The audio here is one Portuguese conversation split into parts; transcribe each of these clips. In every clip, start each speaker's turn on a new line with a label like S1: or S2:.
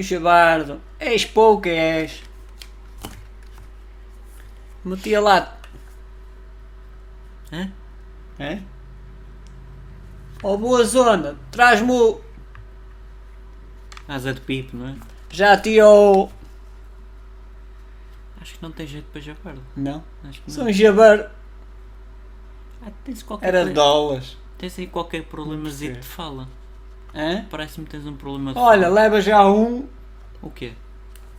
S1: Gebardo, és pouco que és. Metia lá. Hã? Hã? Ó boa zona, traz-me o.
S2: Asa de pipo, não é?
S1: Já te o.
S2: Acho que não tem jeito para jabardo.
S1: Não.
S2: Acho que não.
S1: São Jabardo.
S2: Ah, tens qualquer
S1: Era
S2: coisa-
S1: dólares.
S2: Tens aí qualquer problemazinho de fala.
S1: Hã?
S2: Parece-me que tens um problema de
S1: Olha,
S2: fala.
S1: leva já um.
S2: O quê?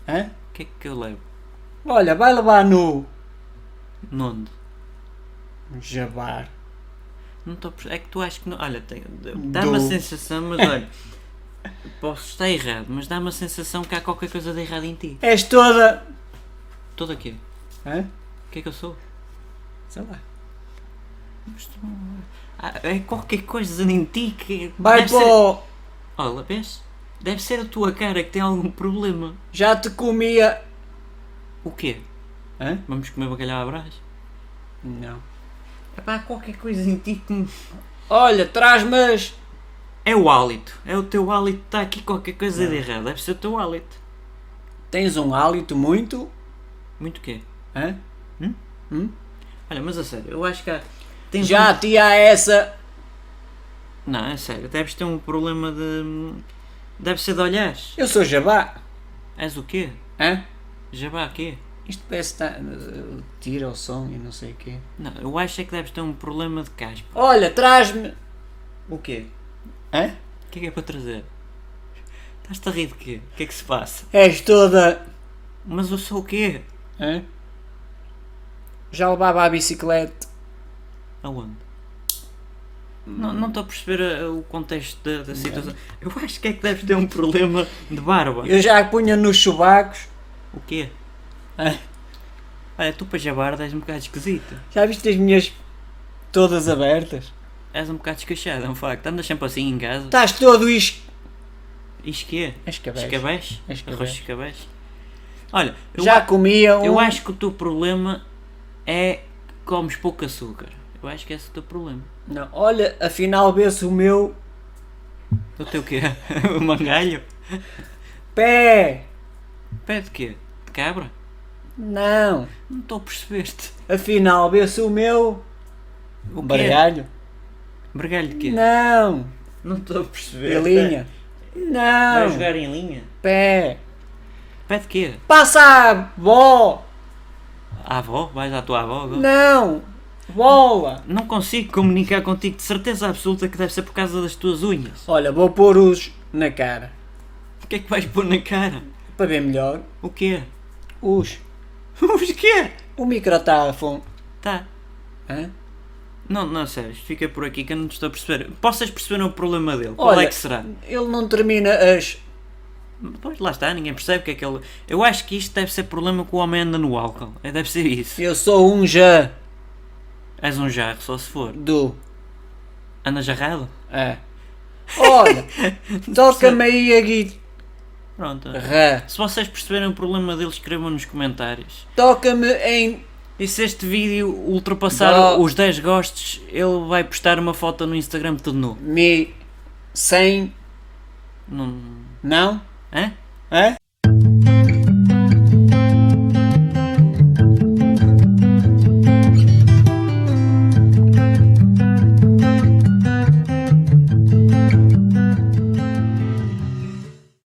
S1: Hã?
S2: O que é que eu levo?
S1: Olha, vai levar no.
S2: Nondo.
S1: Jabar.
S2: Não estou a perce- É que tu achas que não. Olha, tem-
S1: Do-
S2: dá-me a sensação, mas olha. Posso estar errado, mas dá-me a sensação que há qualquer coisa de errado em ti.
S1: És toda.
S2: Todo aqui.
S1: Hã?
S2: O que é que eu sou?
S1: Sei lá.
S2: Mas tu não- Ah, é qualquer coisa em ti que.
S1: Vai
S2: deve ser-
S1: pô.
S2: Olha, vês? Deve ser a tua cara que tem algum problema.
S1: Já te comia.
S2: O quê?
S1: Hã?
S2: Vamos comer bacalhau à brás?
S1: Não.
S2: Epá, há qualquer coisa em ti que me
S1: Olha, traz-me as.
S2: É o hálito. É o teu hálito. Está aqui qualquer coisa de errado. Deve ser o teu hálito.
S1: Tens um hálito muito.
S2: Muito quê?
S1: Hã?
S2: Olha, mas a sério, eu acho que há... Tens
S1: Já te há essa.
S2: um- Não, é sério. Deves ter um problema de... Deve ser de olhares.
S1: Eu sou jabá.
S2: És o quê?
S1: Hã?
S2: Jabá quê?
S1: Isto parece que tá- tira o som e não sei o quê.
S2: Não, eu acho é que deves ter um problema de caspa.
S1: Olha, traz-me.
S2: O quê?
S1: Hã?
S2: O que é que é para trazer? Estás-te a rir de quê? O que é que se passa?
S1: És toda.
S2: Mas eu sou o quê?
S1: Hã? Já levava a bicicleta.
S2: Aonde? Não não estou a perceber a- o contexto da, da situação. Eu acho que é que deves ter um problema de barba.
S1: Eu já a punha nos chubacos.
S2: O quê? É.
S1: Hã?
S2: Olha, tu para jabarda és um bocado esquisita.
S1: Já viste as minhas todas abertas?
S2: És um bocado descachada, é um facto. Andas sempre assim em casa.
S1: Estás todo is...
S2: Isto quê?
S1: escabés.
S2: Escabés?
S1: Escabés.
S2: Arroz de escabés? Olha, eu,
S1: Já
S2: a-
S1: comia um...
S2: eu acho que o teu problema é que comes pouco açúcar. Eu acho que esse é o teu problema.
S1: Não, olha, afinal vê-se o meu
S2: O teu quê? o mangalho?
S1: pé.
S2: Pé de quê? De cabra?
S1: Não.
S2: Não estou a perceber-te.
S1: Afinal vê-se o meu...
S2: O quê?
S1: Baralho.
S2: Bargalho de quê?
S1: Não.
S2: Não estou a perceber.
S1: Pelinha. Não.
S2: Vai jogar em linha?
S1: Pé.
S2: Pé de quê?
S1: Passa a bó.
S2: A avó? Vais à tua avó agora?
S1: Não. Bola.
S2: Não consigo comunicar contigo de certeza absoluta que deve ser por causa das tuas unhas.
S1: Olha, vou pôr os na cara.
S2: O que é que vais pôr na cara?
S1: Para ver melhor.
S2: O quê?
S1: Os.
S2: Os quê?
S1: O microtáfono.
S2: Tá.
S1: Hã?
S2: Não, não, sério, isto fica por aqui que eu não te estou a perceber. Possas perceber o problema dele? Qual é
S1: Olha,
S2: que será?
S1: Ele não termina as...
S2: Pois lá está, ninguém percebe o que é que ele. Eu acho que isto deve ser problema que o homem anda no álcool. É, deve ser isso.
S1: Eu sou um já
S2: És um jarro, só se for.
S1: do...
S2: Anda jarrado?
S1: É. Olha, toca-me aí a guitarra.
S2: Pronto. Se vocês perceberem o problema dele, escrevam nos comentários.
S1: Toca-me em.
S2: E se este vídeo ultrapassar
S1: Dó.
S2: os 10 gostos, ele vai postar uma foto no Instagram todo nu.
S1: Mi. Sem.
S2: Não.
S1: Não?
S2: Hã?
S1: Hã?